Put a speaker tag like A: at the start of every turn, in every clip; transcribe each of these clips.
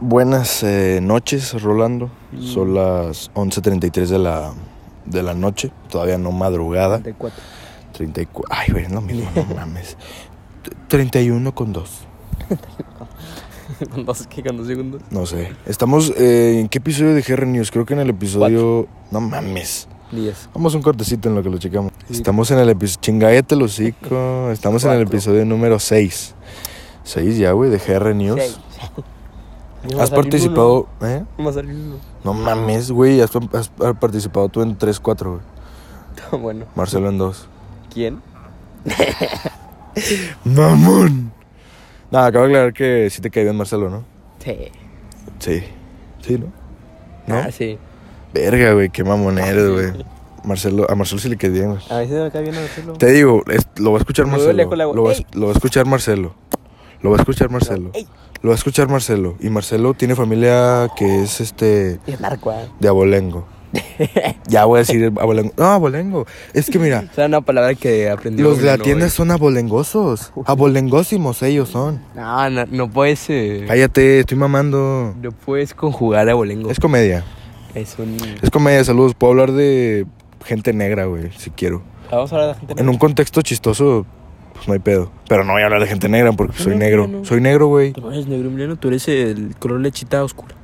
A: Buenas eh, noches, Rolando.
B: Mm.
A: Son las 11.33 de la, de la noche. Todavía no madrugada.
B: 34.
A: 34. Ay, güey, es lo mismo, no mames. T- 31 con 2.
B: ¿Con dos qué? ¿Con dos segundos?
A: No sé. Estamos. eh, ¿En qué episodio de GR News? Creo que en el episodio. No mames.
B: 10.
A: Vamos un cortecito en lo que lo checamos.
B: Sí.
A: Estamos en el episodio. Chingadete, el hocico. Estamos en el
B: Cuatro.
A: episodio número 6. 6 ya, güey, de GR News. ¿Has participado? ¿Eh?
B: Vamos a salir uno.
A: No mames, güey. Has, has- has participado tú en 3-4, güey.
B: Bueno,
A: Marcelo en 2.
B: ¿quién?
A: ¡Mamón! Nada, acabo de aclarar que sí te cae bien Marcelo, ¿no?
B: Sí.
A: Sí. Sí, ¿no? ¿No?
B: Ah, sí.
A: Verga, güey, qué mamón eres, güey. Marcelo, a Marcelo sí le cae bien, güey.
B: A veces me cae bien hacerlo.
A: Te digo, es- lo va a escuchar
B: Me
A: Marcelo.
B: duele con la-
A: Lo va, a-
B: ¡Ey!
A: lo va a escuchar Marcelo. Lo va a escuchar Marcelo.
B: ¡Ey!
A: Lo va a escuchar Marcelo. Y Marcelo tiene familia que es este.
B: Es narco, ah.
A: de abolengo. ya voy a decir abolengo. No, abolengo. Es que mira,
B: O sea, una palabra que aprendí.
A: los de la
B: uno,
A: tienda son abolengosos. Abolengósimos ellos son.
B: güey. No, no, no puedes. eh,
A: Cállate, estoy mamando.
B: no puedes conjugar a bolengo.
A: Es comedia.
B: Es un.
A: Es comedia, saludos. Puedo hablar de gente negra, güey, si quiero.
B: Vamos a hablar de la gente.
A: En un contexto chistoso, pues no hay pedo. Pero no voy a hablar de gente negra porque soy negro. Soy negro, güey.
B: Tú no eres negro emiliano, tú eres el color lechita oscura.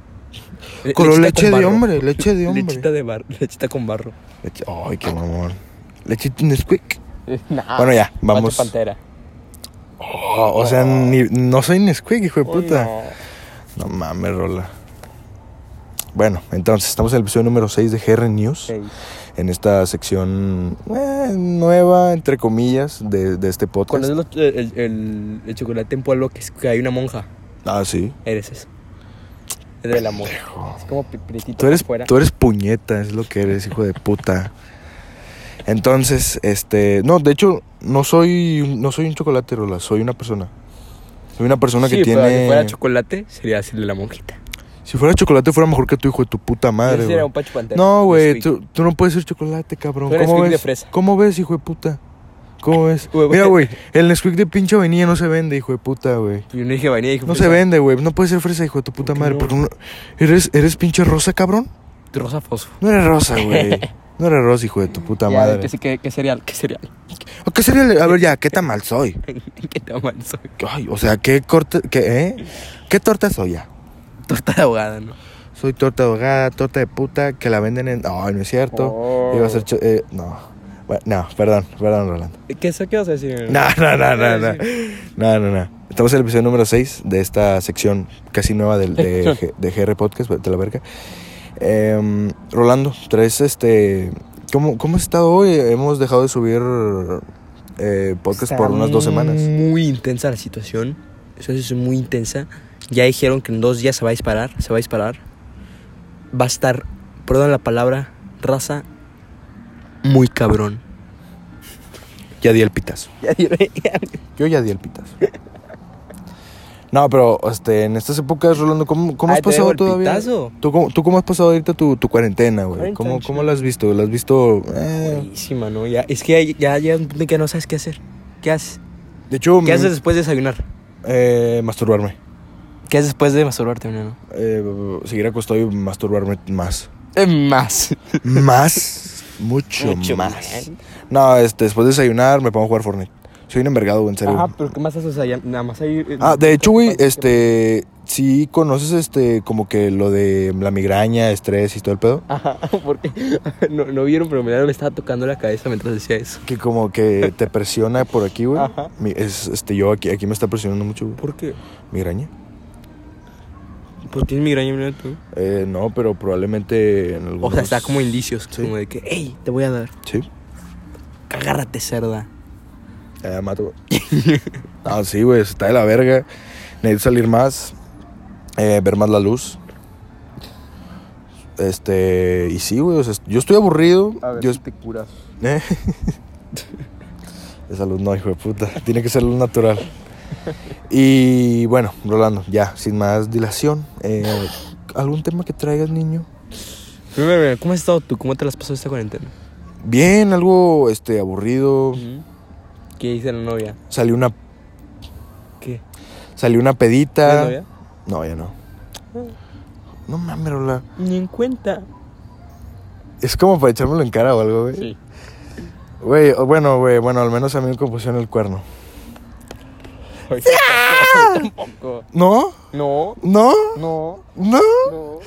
B: Le-
A: Color
B: lechita
A: leche
B: con
A: de
B: barro.
A: hombre, leche de hombre.
B: Lechita de barro, lechita con barro.
A: Leche- Ay, qué mamón. Lechita Nesquik.
B: Nah,
A: Bueno, ya,
B: Pancho
A: vamos.
B: Pantera.
A: Oh, o sea, ni- no soy Nesquik, hijo de
B: Oh,
A: puta.
B: no.
A: No mames, Rola. Bueno, entonces estamos en el episodio número 6 de GR News,
B: Ey.
A: en esta sección eh, nueva, entre comillas, de, de este podcast.
B: ¿Conoces los- el, el, el chocolate en polvo que, es, que hay una monja?
A: Ah, sí.
B: Eres eso. Es de la monja. Es como pipritito
A: Tú eres,
B: fuera.
A: tú eres puñeta, es lo que eres, hijo de puta. Entonces, este... No, de hecho, no soy, no soy un chocolate, Rola, soy una persona. Soy una persona
B: sí,
A: que
B: pero
A: tiene...
B: si fuera chocolate, sería así de la monjita.
A: si fuera chocolate, fuera mejor que tu hijo de tu puta madre.
B: Ese era
A: güey.
B: un Pancho Pantera.
A: No, güey,
B: Nesquik.
A: tú, tú no puedes ser chocolate, cabrón.
B: Tú eres
A: ¿Cómo
B: Nesquik
A: ves?
B: de fresa.
A: ¿Cómo ves, hijo de puta? ¿Cómo ves?
B: Güey,
A: Mira,
B: güey.
A: güey, el Nesquik de pinche avenida no se vende, hijo de puta, güey.
B: Yo no dije vainilla, dije
A: No
B: fresa.
A: se vende, güey. No puedes ser fresa, hijo de tu puta
B: qué
A: madre.
B: no?
A: Porque no- eres, eres pinche rosa, cabrón.
B: Rosa fosfo.
A: No eres rosa, güey. No eres rosa, hijo de tu puta
B: Ya,
A: madre.
B: ¿qué, se- qué, ¿Qué cereal? ¿Qué cereal?
A: ¿O ¿Qué sería? el- A ver, ya, ¿qué tan mal soy?
B: ¿Qué te aman soy?
A: Ay, o sea, ¿qué corte, qué, eh? ¿Qué torta soy ya?
B: Torta de ahogada, ¿no?
A: Soy torta ahogada, torta de puta, que la venden en... Ay, no es cierto. Iba a ser... cho- eh, no. Bueno, no, perdón, perdón, Rolando.
B: ¿Qué, eso, ¿Qué vas a decir?
A: No, no, no, no, no. No, no, no. Estamos en el episodio número 6 de esta sección casi nueva del- de, de, GR Podcast, de la verga. Em, Rolando, traes este. ¿Cómo, ¿Cómo has estado hoy? Hemos dejado de subir eh, podcast
B: Está
A: por unas dos semanas.
B: Muy intensa la situación. Eso es muy intensa. Ya dijeron que en dos días se va a disparar. Se va a disparar. Va a estar, perdón la palabra, raza muy cabrón.
A: Ya di el pitazo.
B: Ya
A: Yo ya di el pitazo. No, pero este, en estas épocas, Rolando, ¿cómo, cómo has pasado todavía? ¿Tú cómo, ¿Tú cómo has pasado ahorita tu, tu cuarentena, güey? ¿Cómo,
B: Cuarentena.
A: ¿Cómo la has visto? ¿La has visto? eh,
B: Buenísima, ¿no? Ya, es que ya- ya llega un punto en que no sabes qué hacer. ¿Qué haces?
A: de hecho,
B: ¿Qué haces después de desayunar?
A: eh, masturbarme.
B: ¿Qué haces después de masturbarte, no?
A: eh, seguir acostado y masturbarme más.
B: Eh, más.
A: ¿Más? Mucho, más. No, este, después de desayunar me pongo a jugar Fortnite. Soy un envergado, güey, en serio.
B: Ajá, pero ¿qué más haces? O sea, ya nada más ahí. eh,
A: Ah, de hecho, güey,
B: ¿qué-
A: este, si conoces, este, como que lo de la migraña, estrés y todo el pedo.
B: Ajá, porque no, no vieron, pero Milano me estaba tocando la cabeza mientras decía eso.
A: Que como que te presiona por aquí, güey.
B: Ajá.
A: Mi- Es, este, yo aquí, aquí me está presionando mucho, güey.
B: ¿Por qué?
A: ¿Migraña?
B: Pues tienes migraña, Milano, tú.
A: Eh, no, pero probablemente en
B: O
A: algunos...
B: sea, está como indicios,
A: Sí.
B: como de que, hey, te voy a dar.
A: Sí.
B: Agárrate, cerda.
A: Ya, mato. ah, sí, güey, está de la verga. Necesito salir más, eh, ver más la luz. Este, y sí, güey, o sea, yo estoy aburrido. Yo,
B: te curas.
A: ¿Eh? Esa luz no, hijo de puta. Tiene que ser luz natural. Y bueno, Rolando, ya, sin más dilación. eh, ¿Algún tema que traigas, niño?
B: Primero, ¿cómo has estado tú? ¿Cómo te las pasó esta cuarentena?
A: Bien, algo este, aburrido.
B: Mm. ¿Qué dice la novia?
A: Salió una,
B: ¿Qué? Ah.
A: salió una
B: ¿Tienes
A: pedita.
B: novia?
A: No, ya no. No mames, Rola.
B: Ni en cuenta.
A: Es como para echármelo en cara o algo, güey.
B: Sí.
A: Güey, o bueno, güey, bueno, al menos a mí me pusieron el cuerno.
B: Tampoco.
A: ¿No?
B: No,
A: ¿No?
B: no,
A: ¿No?
B: no.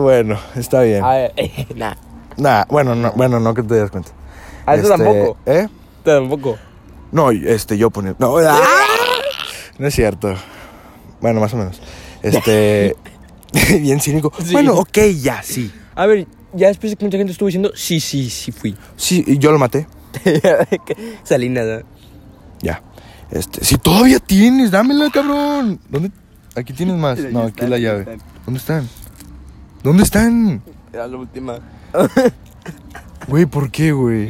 A: Bueno, está bien.
B: A ver, eh, nah.
A: Nah, bueno, no, bueno, no que te das cuenta.
B: A Ah, eso
A: Este,
B: tampoco.
A: ¿Eh?
B: Tampoco.
A: No, este, yo ponía. No, ¡ah! no es cierto. Bueno, más o menos. Este. bien cínico.
B: Sí.
A: Bueno, ok, ya, sí.
B: A ver, ya después de que mucha gente estuvo diciendo, sí, sí, sí fui.
A: Sí, y yo lo maté.
B: Salí nada.
A: Ya. Este, si todavía tienes, dámela, cabrón. ¿Dónde? Aquí tienes más. No, aquí la llave. ¿Dónde están? ¿Dónde están?
B: Era la última.
A: Güey, ¿por qué, güey?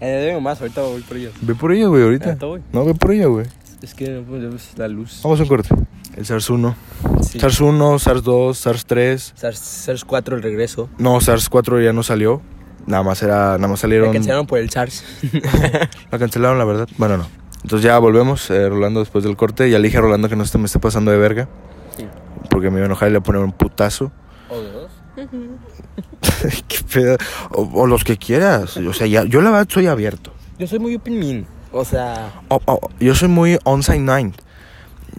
B: Eh, tengo más, ahorita voy por ellos.
A: Ve por ella, güey, ahorita.
B: Ahorita voy.
A: No, ve por ella, güey.
B: Es que no ponemos la luz.
A: Vamos a un corte. El SARS 1.
B: Sí.
A: Oh, SARS 1, SARS 2, SARS 3.
B: SARS, SARS 4, el regreso.
A: No, SARS 4 ya no salió. Nada más era, nada más
B: Me
A: salieron.
B: cancelaron por el SARS.
A: La cancelaron, la verdad. Bueno, no. Entonces ya volvemos, eh, Rolando, después del corte. Ya le dije a Rolando que no se me esté pasando de verga.
B: Sí.
A: Porque me iba a enojar y le iba a poner un putazo.
B: ¿O dos?
A: Qué pedo. O, o los que quieras. O sea, ya, yo la verdad soy abierto.
B: Yo soy muy open mean. O sea,
A: O- o- yo soy muy onside nine.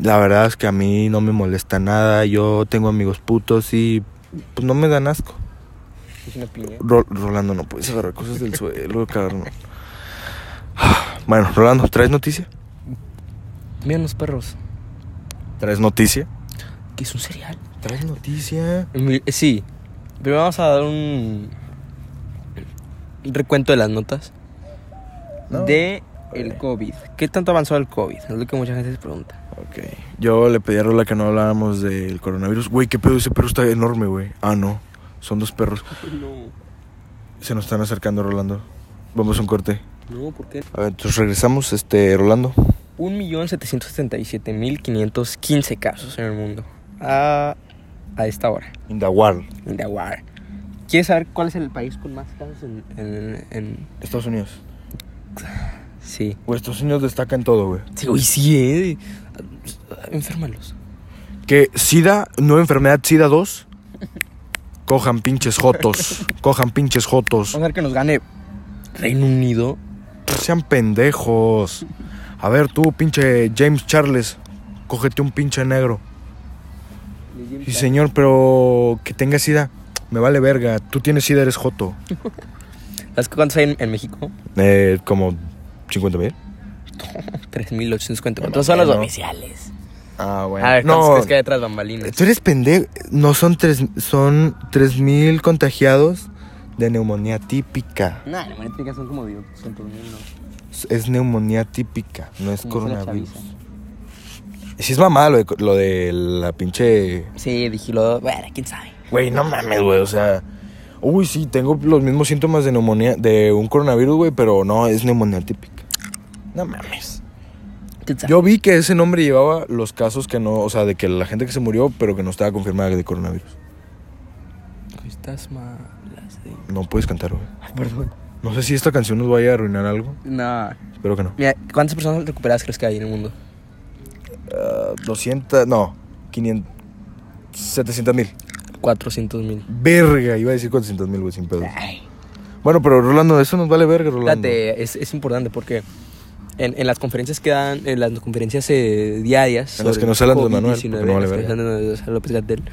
A: La verdad es que a mí no me molesta nada. Yo tengo amigos putos y pues no me dan asco.
B: es una piña.
A: Ro- Rolando, no puedes agarrar cosas del suelo, cabrón. Bueno, Rolando, ¿traes noticia?
B: Miren los perros.
A: ¿Traes noticia?
B: ¿Qué es un cereal? eh,
A: ¿Traes noticia?
B: Sí. Primero vamos a dar un un recuento de las notas
A: No.
B: de el COVID. ¿Qué tanto avanzó el COVID? Es lo que mucha gente se pregunta.
A: Ok. Yo le pedí a Rola que no habláramos del coronavirus. Güey, qué pedo, ese perro está enorme, güey. Ah, no. Son dos perros.
B: No,
A: Se nos están acercando, Rolando. Vamos a un corte.
B: no, ¿por qué?
A: A ver, entonces regresamos, este, Rolando.
B: 1.777.515 casos en el mundo. A, a esta hora.
A: Indaguar.
B: In the war. ¿Quieres saber cuál es el país con más casos en, en- en-
A: Estados Unidos.
B: Sí.
A: Güey, Estados Unidos destaca en todo, güey.
B: Sí, güey, sí, eh. Enférmalos.
A: Que SIDA, nueva enfermedad SIDA 2. Cojan pinches jotos. Cojan pinches jotos.
B: Vamos a ver que nos gane Reino Unido.
A: Sean pendejos. A ver, tú, pinche James Charles. Cógete un pinche negro. Sí, señor, pero que tenga sida. Me vale verga. Tú tienes sida, eres joto.
B: ¿Sabes cuántos hay en, en México?
A: Eh, como 50 mil.
B: 3.854.
A: Bueno,
B: son los
A: bueno.
B: oficiales.
A: Ah,
B: A ver, ¿cuántos
A: no,
B: crees que hay detrás bambalinas?
A: tú eres pendejo. No son tres, son tres mil contagiados de neumonía típica.
B: No, en América son como 200.000, ¿no?
A: Es neumonía típica, no es
B: Como fue la
A: coronavirus.
B: chaviza.
A: Si es mamá lo de, lo de la pinche.
B: Sí, dije lo... Bueno, quién sabe.
A: Güey, no mames, güey, o sea. Uy, sí, tengo los mismos síntomas de neumonía, de un coronavirus, güey, pero no, es neumonía típica. No mames.
B: ¿Quién sabe?
A: Yo vi que ese nombre llevaba los casos que no, o sea, de que la gente que se murió, pero que no estaba confirmada de coronavirus.
B: Estás malas eh. de...
A: No puedes cantar, güey.
B: Ay, perdón.
A: No sé si esta canción nos vaya a arruinar algo.
B: No.
A: Espero que no.
B: Mira, ¿cuántas personas recuperadas crees que hay en el mundo?
A: Ah, 200, no, 500, 700 mil.
B: 400 mil.
A: Verga, iba a decir 400 mil, güey, sin pedos.
B: Ah.
A: Bueno, pero Rolando, eso nos vale verga, Rolando.
B: Espérate, es, es importante porque en, en las conferencias que dan, en las conferencias eh, diarias.
A: En las
B: sobre
A: que no se hablan de Manuel,
B: 19,
A: porque no vale
B: en las que
A: verga.
B: no se hablan de López Gatel.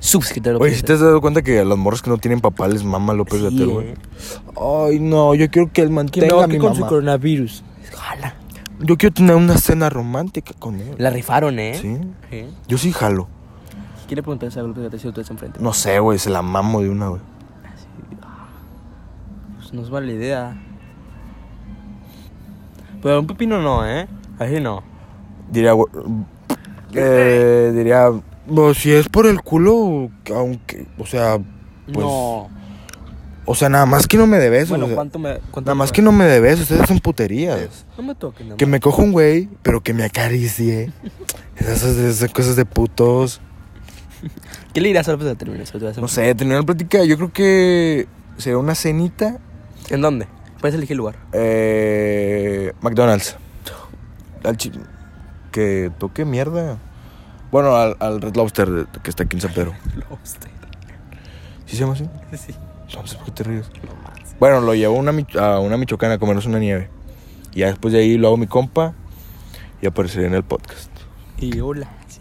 B: Subsecretario
A: Oye, si te has dado cuenta que a las morras que no tienen papá les mama López
B: Sí,
A: Gatell, güey.
B: eh.
A: Ay, no, yo quiero que él
B: Que
A: mantenga
B: no,
A: a
B: que
A: mi
B: con su
A: mamá.
B: coronavirus. Jala.
A: Yo quiero tener una cena romántica con él.
B: La rifaron, ¿eh?
A: Sí.
B: Sí.
A: Yo sí jalo.
B: ¿Qué le preguntaste a López Gatel si lo traes enfrente?
A: No sé, güey, se la mamo de una, güey.
B: Pues no es mala idea. Pero un pepino no, ¿eh? Así no.
A: Diría, güey, eh, diría, pues, si es por el culo, aunque, o sea, Pues,
B: no.
A: o sea, nada más que no me debes,
B: Bueno, ¿cuánto me.? Cuánto
A: nada más
B: me-
A: que no me debes, ustedes son puterías.
B: No me toques, nada
A: Que
B: más.
A: me coja un güey, pero que me acaricie. Esas, esas cosas de putos.
B: ¿Qué le dirás a López Gatel? Mira, se lo te voy a hacer-
A: No sé, tener una plática, yo creo que sería una cenita.
B: ¿En dónde? Puedes elegir el lugar.
A: Eh, McDonald's. Al chi- que toque mierda. Bueno, al, al Red Lobster de- que está aquí en San Pedro.
B: Lobster.
A: ¿Sí se llama así?
B: Sí.
A: Entonces, pues, ¿por qué te ríes?
B: No más.
A: Bueno, lo llevó una, mich- a una michoacana a comernos una nieve. Y ya después de ahí lo hago mi compa y apareceré en el podcast.
B: Y hola. sí.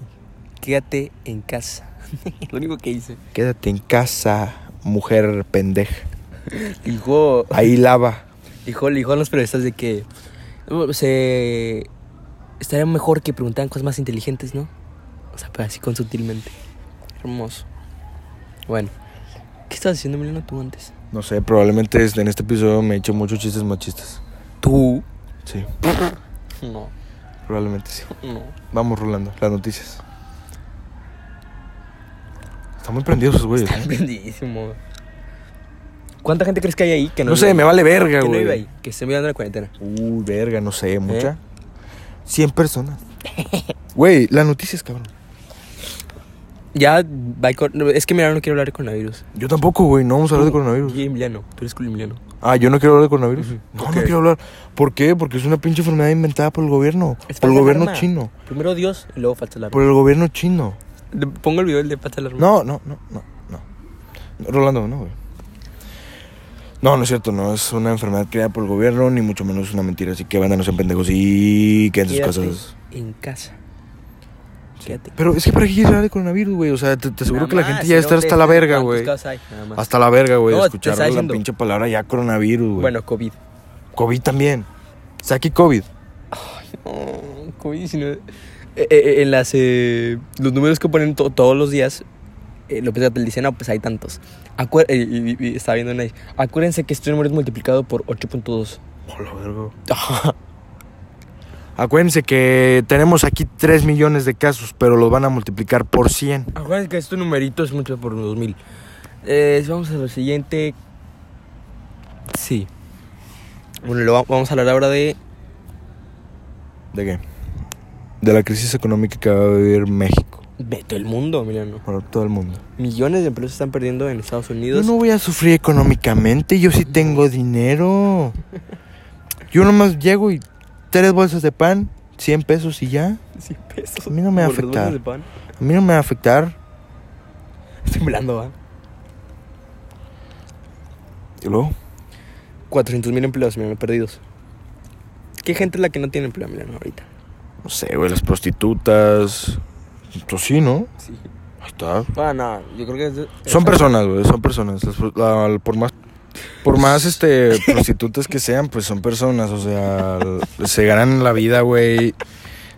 B: Quédate en casa. Lo único que hice.
A: Quédate en casa, mujer pendeja.
B: Dijo,
A: Ahí lava.
B: dijo, dijo a los periodistas de que uh, se estaría mejor que preguntaran cosas más inteligentes, ¿no? O sea, pero así con sutilmente. Hermoso. Bueno, ¿qué estabas haciendo, Milano, tú antes?
A: No sé, probablemente este- en este episodio me he hecho muchos chistes machistas.
B: ¿Tú?
A: Sí,
B: No,
A: probablemente sí.
B: no.
A: Vamos rolando, las noticias. Están muy prendidos esos güeyes.
B: Está
A: ¿eh?
B: prendidísimo. ¿Cuánta gente crees que hay ahí que no
A: No sé,
B: vive
A: me
B: ahí?
A: vale verga,
B: Que no vive
A: güey.
B: ahí, ¿Eh? que esté mirando la cuarentena.
A: Uy, verga, no sé, mucha. 100 personas. Güey, las noticias, cabrón.
B: Ya, va con- no, es que mira, no quiero hablar de coronavirus.
A: Yo tampoco, güey, no vamos a hablar de coronavirus.
B: Y Emiliano, tú eres Emiliano.
A: Ah, yo no quiero hablar de coronavirus.
B: Ujú.
A: No,
B: Ok.
A: no quiero hablar. ¿Por qué? Porque es una pinche enfermedad inventada por el gobierno.
B: Es
A: por el
B: falsa
A: gobierno
B: alarma.
A: chino.
B: Primero Dios y luego falsa alarma.
A: Por el gobierno chino.
B: Le Pongo el video del de falsa alarma.
A: No, no, no, no, no. Rolando, no, güey. No, no es cierto, no es una enfermedad creada por el gobierno, ni mucho menos una mentira. Así que banda, no sean pendejos y quédense en sus
B: Quédate
A: casas.
B: En casa. Quédate.
A: Pero es que para qué quieres hablar de coronavirus, güey. O sea, te, te aseguro
B: Nada
A: que la
B: más,
A: gente
B: si
A: ya
B: no
A: está
B: ves
A: hasta la
B: cuántas
A: verga, güey.
B: cosas hay, nada más.
A: Hasta la verga, güey.
B: No,
A: de
B: te
A: escuchar
B: está
A: la
B: diciendo.
A: pinche palabra ya coronavirus, güey.
B: Bueno, COVID.
A: COVID también. Saque COVID.
B: Oh, COVID-19. Eh, eh, en las, eh, los números que ponen to- todos los días, eh, López Gatel dice, no, pues hay tantos. Acuer- eh, y, y- y está viendo una ahí. Acuérdense que este número es multiplicado por 8.2.
A: Hola, verga. Acuérdense que tenemos aquí 3 millones de casos, pero los van a multiplicar por 100.
B: Acuérdense que este numerito es multiplicado por 2000. Eh, vamos a lo siguiente. Sí. Bueno, lo va- vamos a hablar ahora de...
A: ¿De qué? De la crisis económica que va a vivir México.
B: de todo el mundo, Emiliano.
A: Para todo el mundo.
B: Millones de empleos se están perdiendo en Estados
A: Yo
B: Unidos.
A: no voy a sufrir económicamente, yo sí tengo dinero. Yo nomás llego y tres bolsas de pan, 100 pesos y ya.
B: 100 pesos.
A: A mí no me va a
B: Por dos
A: afectar.
B: bolsas de pan.
A: A mí no me va a afectar.
B: Estoy hablando, va.
A: ¿Y luego?
B: 400 mil empleos, Emiliano, perdidos. ¿Qué gente es la que no tiene empleo, Emiliano, ahorita?
A: No sé, güey, las prostitutas. Pues sí, ¿no?
B: Sí.
A: Ahí está.
B: Ah, no, yo creo que... es de-
A: Son
B: es-
A: personas, güey, son personas. Las pro- la- por más, por más este, prostitutas que sean, pues son personas. O sea, l- se ganan la vida, güey.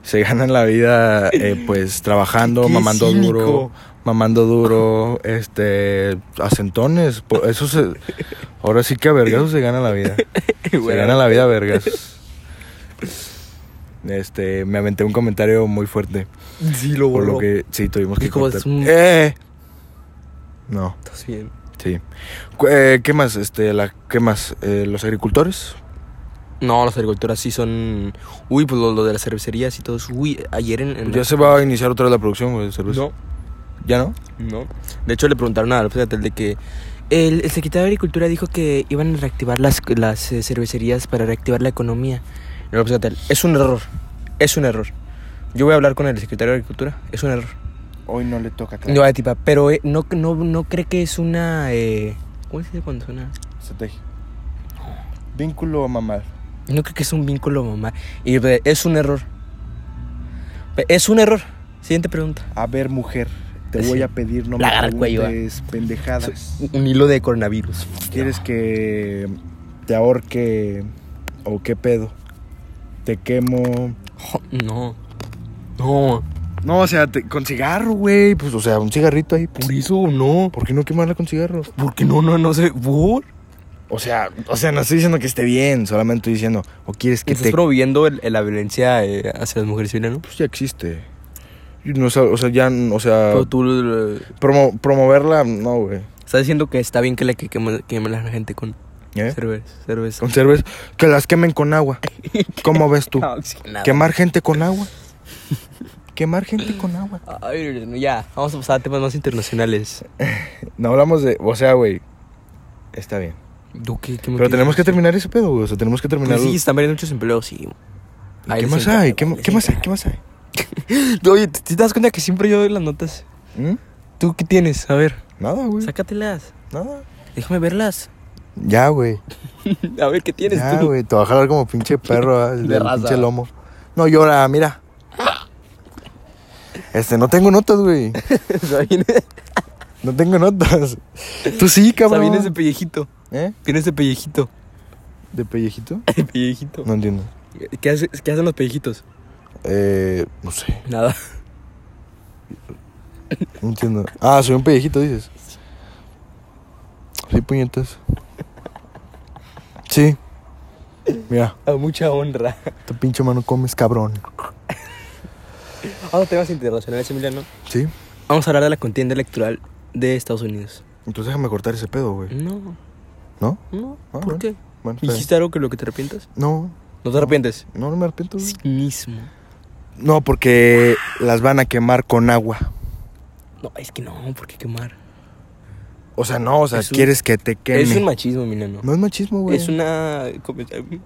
A: Se ganan la vida, eh, pues, trabajando,
B: Qué
A: mamando
B: cínico.
A: duro. Mamando duro, este, acentones. po- Eso se, ahora sí que a vergazos se gana la vida. Se
B: Güey.
A: gana la vida a vergazos. Este, me aventé un comentario muy fuerte.
B: Sí, lo
A: Por
B: borró.
A: lo que, sí, tuvimos que
B: Dijo,
A: cortar.
B: es un-
A: ¡Eh! No.
B: Estás bien.
A: Sí. Cu- eh, ¿Qué más? Este, la, ¿Qué más? Eh, ¿Los agricultores?
B: No, las agriculturas sí son... Uy, pues lo, lo de las cervecerías y todo eso. Uy, ayer en... en
A: Ya
B: la-
A: se va a iniciar otra vez la producción, güey, de cerveza.
B: No,
A: ¿Ya no?
B: no. De hecho, le preguntaron a López Gatel de que... El, el secretario de Agricultura dijo que iban a reactivar las, las eh, cervecerías para reactivar la economía. Y López Gatel, es un error. Es un error. Yo voy a hablar con el secretario de Agricultura. Es un error.
A: Hoy no le toca.
B: No, eh, tipa, pero eh, no, no, no cree que es una... eh, ¿Cómo se dice cuando suena?
A: Estrategia. Vínculo a mamar.
B: No creo que es un vínculo mamá. Y eh, es un error. Pe- Es un error. Siguiente pregunta.
A: A ver, mujer,
B: te Sí. voy a
A: pedir no
B: me Lagar al cuello, ¿eh?
A: pendejadas.
B: Un hilo de coronavirus.
A: que te ahorque o qué pedo? Te quemo.
B: Jo, No. No.
A: No, o sea, te- con cigarro, güey. Pues, o sea, un cigarrito ahí.
B: Por eso no.
A: ¿Por qué no quemarla con cigarro?
B: Porque no, no, no sé. ¿Por?
A: O sea, o sea, no estoy diciendo que esté bien, solamente estoy diciendo, o quieres que
B: ¿Estás
A: te...
B: promoviendo el- la violencia eh, hacia las mujeres ¿no?
A: Pues ya existe. Y No, sab- o sea, ya, n- o sea,
B: Pero tú eh,
A: promo- promoverla, no, güey.
B: estás diciendo que está bien que la que queme, queme la gente con
A: ¿Eh?
B: cerveza. cerveza.
A: Con cerveza, que las quemen con agua. ¿Cómo ves tú?
B: Ah, oxigenado.
A: Quemar gente con agua. Quemar gente con agua.
B: Ay, ya, vamos a pasar a temas más internacionales.
A: No hablamos de, o sea, güey, está bien.
B: ¿Tú qué- qué
A: Pero
B: me quieres
A: tenemos que
B: decir?
A: terminar ese pedo, güey, o sea, tenemos que terminar...
B: Pues sí, están perdiendo muchos empleos, sí.
A: ¿Qué más hay? ¿Qué, ma- qué más hay? ¿Qué más hay?
B: Oye, ¿te, te das cuenta que siempre yo doy las notas?
A: ¿Mm?
B: ¿Tú qué tienes? A ver,
A: Nada, güey.
B: sácatelas.
A: Nada.
B: Déjame verlas.
A: Ya, güey.
B: A ver, ¿qué tienes
A: Ya,
B: tú?
A: güey. Te vas a jalar como pinche perro, ¿eh? El
B: De
A: del
B: raza.
A: pinche lomo. No llora, mira. Este, no tengo notas, güey.
B: Sabines,
A: No tengo notas. Tú sí, cabrón.
B: Sabines de pellejito.
A: ¿Eh?
B: Tienes de pellejito.
A: ¿De pellejito?
B: De pellejito.
A: No entiendo.
B: ¿Qué, hace- qué hacen los pellejitos?
A: Eh, no sé.
B: Nada.
A: No entiendo. Ah, soy un pellejito, dices. Sí, puñetas. Sí. Mira,
B: A mucha honra.
A: tu pinche mano comes, cabrón.
B: Ahora temas internacionales, Emiliano.
A: Sí.
B: Vamos a hablar de la contienda electoral de Estados Unidos.
A: Entonces déjame cortar ese pedo, güey.
B: No,
A: ¿No?
B: no.
A: Ah,
B: ¿Por
A: bueno.
B: qué?
A: Bueno, está bien.
B: ¿Hiciste algo que lo que te arrepientas?
A: No,
B: ¿No te arrepientes?
A: no, no me arrepiento. güey.
B: Cinismo.
A: No, porque las van a quemar con agua.
B: No, es que no, ¿por qué quemar?
A: O sea, no, o sea,
B: Es un-
A: quieres que te queme.
B: Es un machismo, Emiliano.
A: no es machismo, güey.
B: es una. como-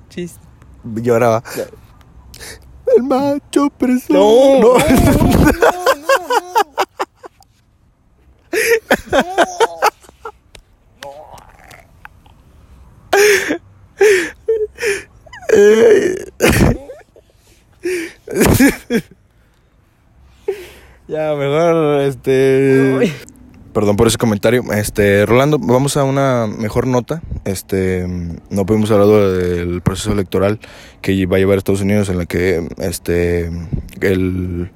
B: chis-
A: Lloraba. El macho preso.
B: No, no,
A: Ya, mejor, este...
B: Uy.
A: Perdón por ese comentario. Este, Rolando, vamos a una mejor nota. Este, no pudimos hablar del proceso electoral que va a llevar a Estados Unidos en la que este el,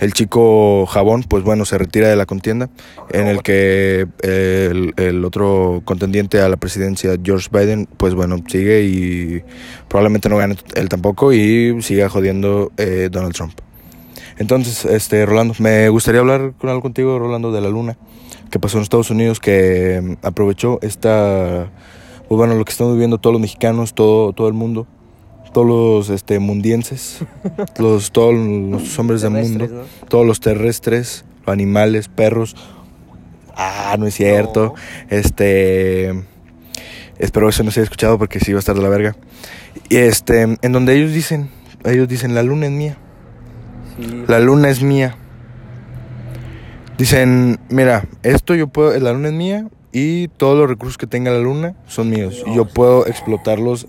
A: el chico Jabón, pues bueno, se retira de la contienda en el que eh, el, el otro contendiente a la presidencia, George Biden, pues bueno, sigue y probablemente no gane él tampoco y siga jodiendo eh, Donald Trump. Entonces, este, Rolando, me gustaría hablar con algo contigo, Rolando, de la luna que pasó en Estados Unidos, que mm, aprovechó esta, pues bueno, lo que estamos viviendo todos los mexicanos, todo, todo el mundo, todos los este, mundienses, los, todos los hombres del mundo
B: Terrestres, ¿no?
A: todos los terrestres, animales, perros. Ah, no es cierto. Este. Espero eso no se haya escuchado porque sí va a estar de la verga. Y este, en donde ellos dicen, ellos dicen, la luna es mía,
B: Sí.
A: la luna es mía. Dicen, mira, esto yo puedo, la luna es mía y todos los recursos que tenga la luna son míos. Y yo puedo explotarlos.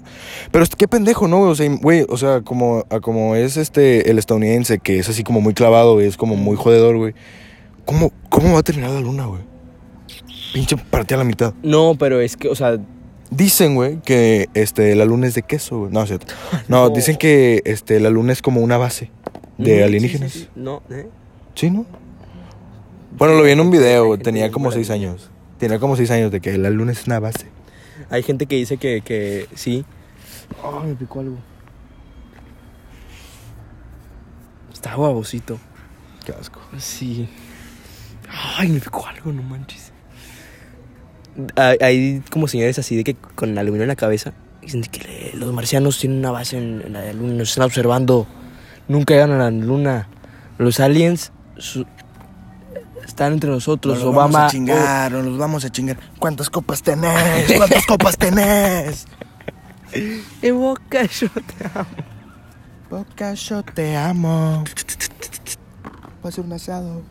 A: Pero es- qué pendejo, ¿no? O sea, y, güey, o sea, como, a como es este el estadounidense, que es así como muy clavado, güey, es como muy jodedor, güey. ¿Cómo, ¿Cómo va a terminar la luna, güey? Pinche partida a la mitad.
B: No, pero es que, o sea,
A: Dicen, güey, que este, la luna es de queso, güey. No, es cierto. No,
B: No.
A: dicen que este, la luna es como una base
B: Mm, sí,
A: de alienígenas.
B: sí, sí. No, ¿eh?
A: ¿Sí, no? Bueno, lo vi en un video,
B: Hay gente
A: tenía
B: bien
A: como seis
B: maravilla.
A: años. Tenía como seis años de que la luna es una base.
B: Hay gente que dice que, que sí. Ay, me picó algo. Está babosito.
A: Qué asco.
B: Sí. Ay, me picó algo, no manches. Hay, hay como señores así de que con la luna en la cabeza dicen de que le- los marcianos tienen una base en, en la luna, nos están observando. Nunca llegan a la luna. Los aliens su- están entre nosotros. Obama. oh.
A: nos los vamos a chingar. ¿Cuántas copas tenés? ¿Cuántas copas tenés?
B: oh, evoca, yo te amo.
A: Boca, yo te amo. Va a ser un asado.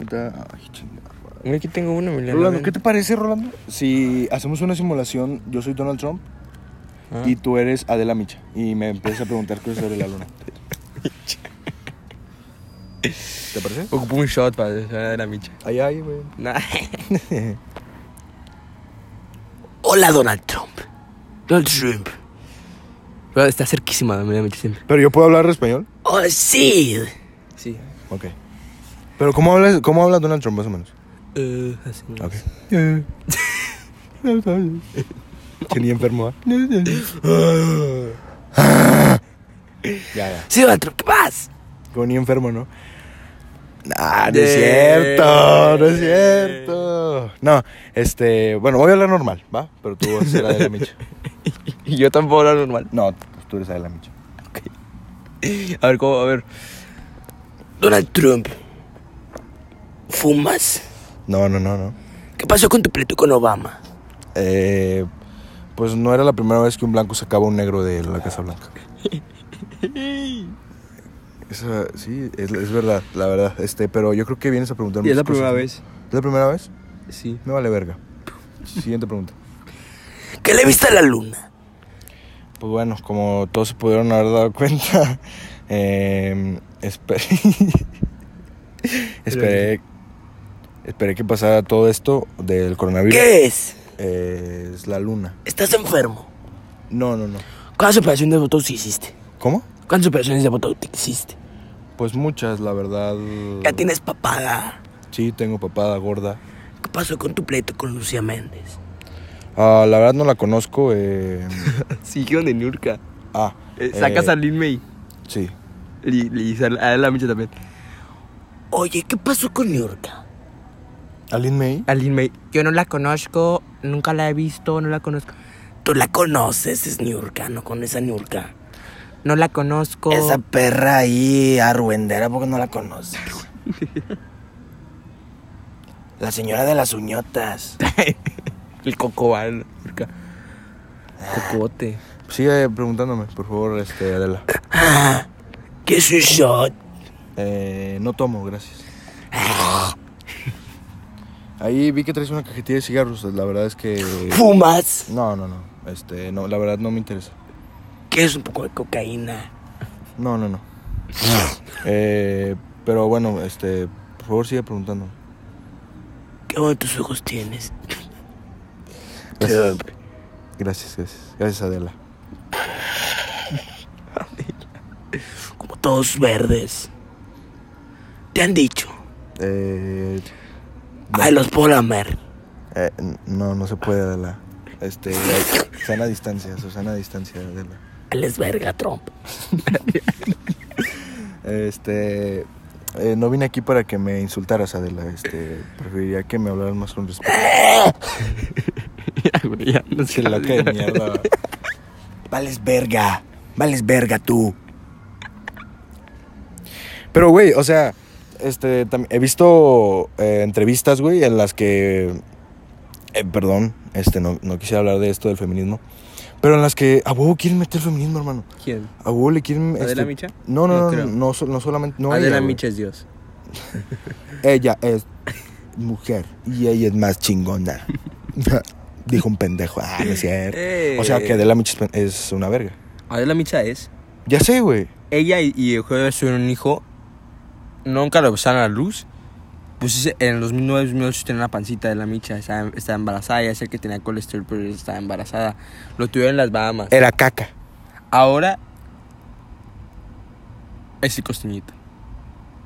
A: Ay, chingada.
B: Mira, Aquí tengo una, Emiliano,
A: Rolando,
B: ven.
A: ¿qué te parece, Rolando? Si hacemos una simulación, yo soy Donald Trump
B: Ah.
A: y tú eres Adela Micha. Y me empiezas a preguntar cosas sobre la luna. ¿Te parece?
B: Ocupo un shot para de la micha.
A: Ay, ay, güey.
B: Hola, Donald Trump. Donald Trump. Pero Está cerquísima de la micha siempre.
A: ¿Pero yo puedo hablar español?
B: Oh, sí. Sí.
A: Ok. ¿Pero cómo hablas, cómo habla Donald Trump, más o menos?
B: Eh, así me
A: Ok.
B: gusta.
A: Tenía enfermo, ¿ah? Ya, ya.
B: Sí, Donald Trump, ¿qué más?
A: Como ni enfermo, ¿no? Nah, no es
B: Yeah.
A: cierto, no es cierto. No, este, bueno, voy a hablar normal, ¿va? Pero tú vas a ser Adela Micha.
B: Y yo tampoco hablo normal.
A: No, pues tú eres Adela Micha.
B: A ver, ¿cómo? A ver. Donald Trump. ¿Fumas?
A: No, no, no, no.
B: ¿Qué pasó con tu pleito con Obama?
A: Eh, pues no era la primera vez que un blanco sacaba a un negro de la Casa Blanca. Esa, sí, es, es verdad, la verdad. Este, pero yo creo que vienes a preguntarme.
B: Y es la
A: muchas
B: primera
A: cosas,
B: vez.
A: ¿no? ¿Es la primera vez?
B: Sí.
A: Me vale verga. Siguiente pregunta.
B: ¿Qué le viste a la luna?
A: Pues bueno, como todos se pudieron haber dado cuenta, eh, esperé, esperé, esperé que pasara todo esto del coronavirus.
B: ¿Qué es?
A: Eh, es la luna.
B: Estás enfermo.
A: No, no, no.
B: ¿Cuántas operaciones de botox hiciste?
A: ¿Cómo?
B: ¿Cuántas operaciones de botox hiciste?
A: Pues muchas, la verdad.
B: Ya tienes papada.
A: Sí, tengo papada gorda.
B: ¿Qué pasó con tu pleito con Lucía Méndez?
A: Ah, la verdad no la conozco. eh,
B: Siguió de Nurka.
A: ah,
B: sacas
A: eh,
B: a Lin May.
A: Sí.
B: Y, y a la Micha también. Oye, ¿qué pasó con Nurka?
A: ¿Aline May?
B: A Lin May. Yo no la conozco, nunca la he visto, no la conozco. Tú la conoces, es Niurka, no con esa Niurka. No la conozco.
C: Esa perra ahí, arruendera, porque no la conoces. la señora de las uñotas.
B: El cocobal. Niurka. Cocote.
A: Sigue preguntándome, por favor, este, Adela.
C: Ah, ¿Qué es un shot?
A: Eh, no tomo, gracias. Ahí vi que traes una cajetilla de cigarros. La verdad es que.
C: ¿Fumas?
A: No, no, no. Este, no, la verdad no me interesa.
C: ¿Qué es un poco de cocaína?
A: No, no, no. Eh, pero bueno, este, por favor sigue preguntando.
C: ¿Qué bonitos ojos tienes?
A: Gracias. Gracias, gracias. Gracias, Adela.
C: Como todos verdes. Te han dicho.
A: Eh,
C: Ay, los puedo lamer.
A: eh, no, no se puede, Adela. Este, sana distancia, Susana distancia, Adela.
C: Él es verga, Trump.
A: Este. eh, no vine aquí para que me insultaras, Adela. Este, preferiría que me hablaras más con respeto.
B: Ya, güey, ya no
A: Que la que de mierda.
C: Vales verga. Vales verga tú.
A: Pero, güey, o sea, este, tam- he visto eh, entrevistas, güey, en las que. eh, perdón, este, no, no quisiera hablar de esto del feminismo. Pero en las que a huevo quieren meter feminismo, hermano.
B: ¿Quién?
A: A huevo le quieren.
B: ¿Adela
A: este,
B: Micha?
A: No,
B: No
A: no, no, no,
B: creo.
A: no, so- no solamente. No
B: Adela
A: ella, güey.
B: Micha es Dios.
A: Ella es mujer y ella es más chingona. Dijo un pendejo. Ah, no es cierto. O sea
B: Eh.
A: que Adela Micha es pen- es una verga.
B: Adela Micha es.
A: Ya sé, güey.
B: Ella y, y Eugenio Derbez tuvieron un hijo. Nunca lo usaron a la luz. Pues ese- en el 2009, 2008 tenía una pancita de la micha. Estaba, estaba embarazada. Ya sé que tenía colesterol, pero estaba embarazada. Lo tuvieron en las Bahamas.
A: Era caca.
B: Ahora. Es el costeñito.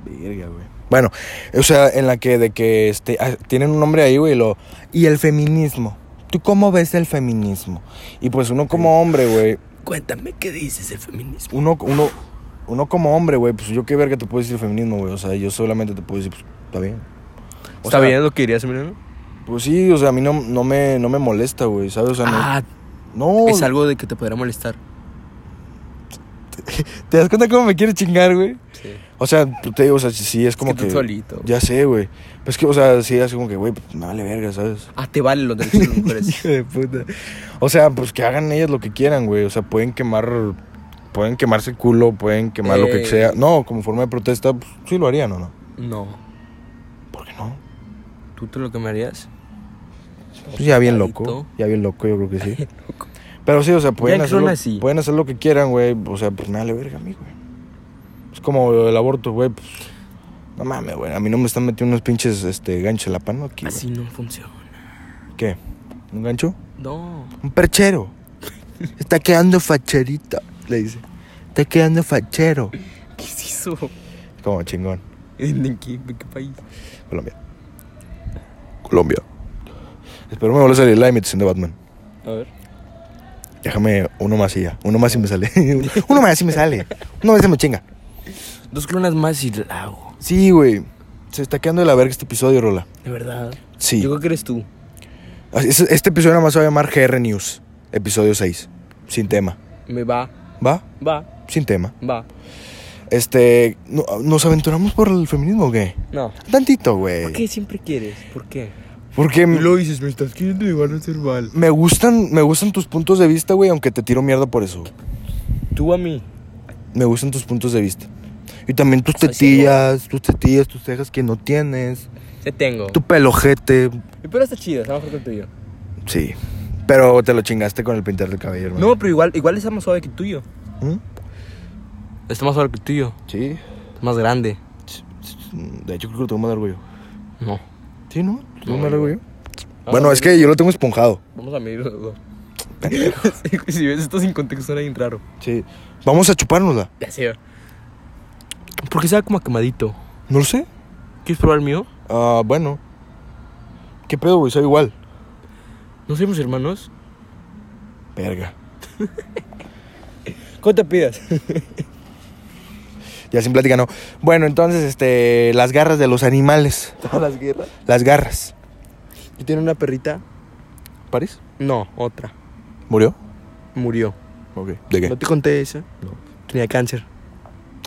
A: Verga, güey. Bueno, o sea, en la que de que este, ah, tienen un nombre ahí, güey, y lo y el feminismo. ¿Tú cómo ves el feminismo? Y pues uno como hombre, güey,
C: Cuéntame, ¿qué dices del feminismo?
A: uno uno uno como hombre, güey, pues yo qué verga te puedo decir el feminismo, güey, o sea, yo solamente te puedo decir, pues está bien. O
B: ¿Está
A: sea,
B: bien lo que dirías, Emiliano?
A: Pues sí, o sea, a mí no, no me no me molesta, güey, ¿sabes? O sea, no,
B: Ah,
A: no
B: es algo de que te podrá molestar.
A: ¿Te das cuenta cómo me quiere chingar, güey?
B: Sí.
A: O sea, tú te digo, o sea, sí, sí, es como
B: que tú solito, güey.
A: Ya sé, güey. Pues que, o sea, sí, es como que, güey, pues, me vale verga, ¿sabes?
B: Ah, te valen los derechos de las mujeres.
A: Hijo de puta. O sea, pues que hagan ellas lo que quieran, güey. O sea, pueden quemar. Pueden quemarse el culo, pueden quemar lo que
B: Ey.
A: sea. No, como forma de protesta, pues, sí lo harían o no.
B: No.
A: ¿Por qué no?
B: ¿Tú te lo quemarías?
A: Pues ya bien loco.
B: Clarito.
A: Ya bien loco, yo creo que sí. Pero sí, o sea, pueden
B: que
A: hacer,
B: son
A: lo,
B: así.
A: pueden hacer lo que quieran, güey. O sea, pues me vale verga a mí, güey. Es como el aborto, güey. Pues, no mames, güey. A mí no me están metiendo unos pinches este, ganchos en la pano aquí, güey.
B: Así no funciona.
A: ¿Qué? ¿Un gancho?
B: No.
A: Un perchero. Está quedando facherita, le dice. Está quedando fachero.
B: ¿Qué es eso?
A: Como chingón.
B: ¿En qué, en qué país?
A: Colombia. Colombia. Espero me vuelva a salir la imitación de Batman.
B: A ver.
A: Déjame uno más y ya. Uno más y me sale. Uno- uno más y me sale. Uno más y me chinga.
B: Dos clonas más y la hago.
A: Sí, güey. Se está quedando de la verga este episodio, Rola.
B: De verdad.
A: Sí.
B: Yo creo que eres tú.
A: Así es- Este episodio nada más se va a llamar GR News. Episodio 6. Sin tema.
B: Me va,
A: ¿Va?
B: va,
A: Sin tema.
B: va.
A: Este. ¿no- ¿Nos aventuramos por el feminismo o qué?
B: No.
A: Tantito, güey.
B: ¿Por qué siempre quieres? ¿Por qué?
A: Porque
B: dices, me estás queriendo llevar a ser mal.
A: me gustan, me gustan tus puntos de vista, güey, aunque te tiro mierda por eso.
B: Tú a mí.
A: Me gustan tus puntos de vista. Y también tus
B: Soy
A: tetillas, tus tetillas, tus cejas que no tienes.
B: Te tengo.
A: Tu pelojete.
B: Mi pelo está chido, está mejor que el tuyo.
A: Sí. Pero te lo chingaste con el pintar del cabello, hermano.
B: No, pero igual, igual está más suave que el tuyo.
A: ¿Mm?
B: Está más suave que el tuyo.
A: Sí. Mm,
B: Está más grande.
A: De hecho, creo que lo tengo más largo yo.
B: No.
A: Sí, ¿no? ¿Lo tengo
B: No,
A: más largo yo?
B: Ah,
A: Bueno, es que yo lo tengo esponjado.
B: Vamos a medir los dos. Sí, si ves esto sin contexto era bien raro.
A: Sí. Vamos a chupárnosla.
B: Ya sé. ¿Por qué sabe como a quemadito?
A: No lo sé.
B: ¿Quieres probar el mío?
A: Ah, bueno. ¿Qué pedo, güey? Soy igual.
B: ¿No somos hermanos?
A: Verga.
B: ¿Cómo te pidas?
A: Ya sin plática, no. Bueno, entonces, este. Las garras de los animales.
B: Todas las guerras.
A: Las garras.
B: Yo tenía una perrita.
A: ¿París?
B: No, otra.
A: ¿Murió?
B: Murió.
A: Ok. ¿De qué?
B: ¿No te conté eso?
A: No.
B: Tenía cáncer.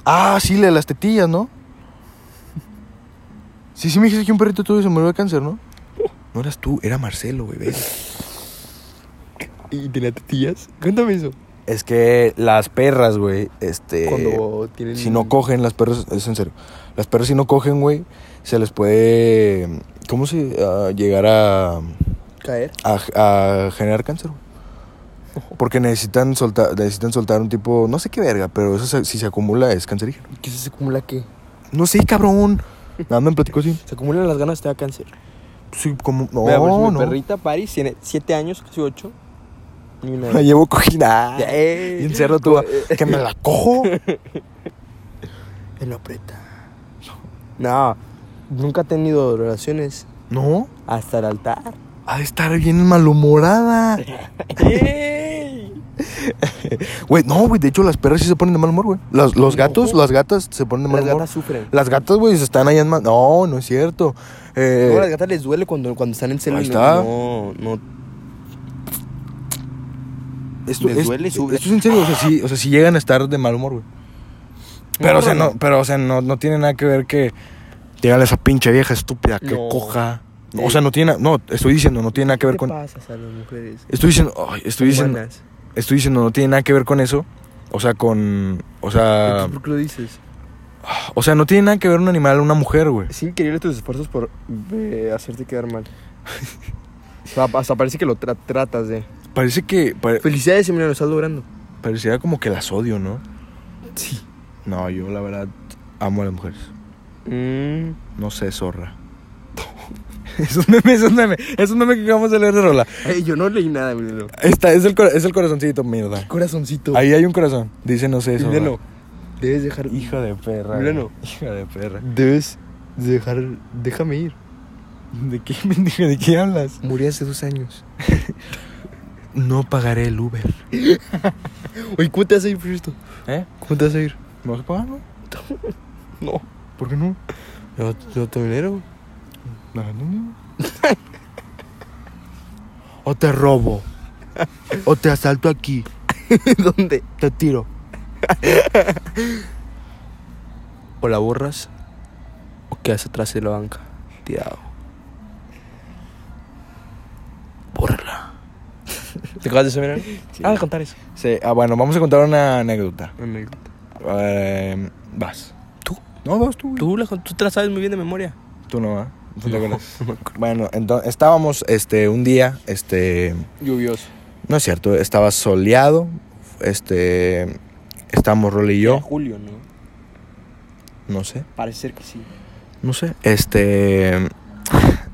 A: Ah, sí, la de las tetillas, ¿no? Sí, sí me dijiste que un perrito tuyo se murió de cáncer, ¿no? No eras tú, era Marcelo, güey. verga.
B: ¿Y tenía tetillas? Cuéntame eso.
A: Es que las perras, güey,
B: Eh,
A: este...
B: Cuando tienen...
A: Si no cogen, las perras, es en serio. Las perras si no cogen, güey, se les puede... ¿Cómo se...? ah, llegar a,
B: Caer.
A: a- a generar cáncer, güey. Porque necesitan soltar, necesitan soltar un tipo, no sé qué verga, pero eso se- si se acumula es cancerígeno.
B: ¿Qué se acumula qué?
A: No sé, cabrón. Nada, me platicó así.
B: Se acumulan las ganas, te da cáncer.
A: Sí, como... No,
B: Mira, pues, mi
A: no.
B: perrita Paris tiene 7 años, casi 8. Ni una.
A: La llevo cogida.
B: eh. Ya, eh.
A: Y encerro tú. Que me la cojo.
B: Él lo aprieta. No, nunca ha tenido relaciones
A: No.
B: hasta el altar.
A: Ha de estar bien malhumorada. Güey, no, güey. De hecho, las perras sí se ponen de mal humor, güey. Los, los gatos, las gatas se ponen de mal
B: Las
A: humor.
B: gatas sufren.
A: Las gatas, güey, se están allá en mal. No, no es cierto. Eh,
B: No, a las gatas les duele cuando, cuando están en celo
A: Ahí
B: y
A: está.
B: No, no, no.
A: esto,
B: les
A: es-
B: duele, sube.
A: esto es en serio. O sea, sí, o sea, sí llegan a estar de mal humor, güey. Pero,
B: No,
A: o sea,
B: no,
A: no, pero, o sea, no, no tiene nada que ver que. Llegale a esa pinche vieja estúpida que
B: No.
A: coja. No, o sea, no tiene. No, estoy diciendo, no tiene nada que ver
B: ¿Qué
A: con.
B: pasas a las mujeres?
A: Estoy diciendo, ay, estoy diciendo,
B: humanas?
A: estoy diciendo, no tiene nada que ver con eso. O sea, con, o sea,
B: Entonces, ¿Por qué lo dices?
A: o sea, no tiene nada que ver un animal a una mujer, güey.
B: Es increíble tus esfuerzos por eh, hacerte quedar mal. O sea, hasta parece que lo tra- tratas de.
A: Parece que pare-
B: Felicidades, mira, lo estás logrando.
A: pareciera como que las odio, ¿no?
B: Sí.
A: No, yo la verdad amo a las mujeres.
B: Mm.
A: No sé, zorra. Es un meme, es un meme, es un meme que acabamos de leer de rola.
B: Ey, yo no leí nada, Emiliano.
A: Esta es el cora- es el corazoncito, mierda.
B: Corazoncito.
A: Ahí hay un corazón. Dice no sé, zorra.
B: Emiliano, debes dejar.
A: Hija de perra. güey.
B: Emiliano.
A: Hija de perra.
B: Debes dejar. Déjame ir.
A: ¿De qué mendiga de qué hablas?
B: Morí hace dos años.
A: No pagaré el Uber.
B: Oye, ¿cómo te vas a ir por esto?
A: ¿Eh?
B: ¿Cómo te vas a ir?
A: ¿Me vas a pagar, no?
B: No.
A: ¿Por qué no?
B: Yo, yo te dinero.
A: o te robo. O te asalto aquí.
B: ¿Dónde?
A: Te tiro.
B: O la borras. O quedas atrás de la banca. Tirado. Bórrala. ¿Te acabas de eso, Emiliano?
A: Sí.
B: Ah, de contar eso.
A: ah, bueno, vamos a contar una anécdota.
B: Anécdota.
A: Eh, vas.
B: ¿Tú?
A: No, vas tú. güey.
B: Tú, la, tú te la sabes muy bien de memoria.
A: Tú no, ¿ah? ¿No te acuerdas? Bueno, entonces estábamos este, un día, este,
B: Lluvioso.
A: no es cierto, estaba soleado, este, estábamos Rol y yo,
B: Julio, ¿no?
A: no sé,
B: Parece ser que sí.
A: no sé, este,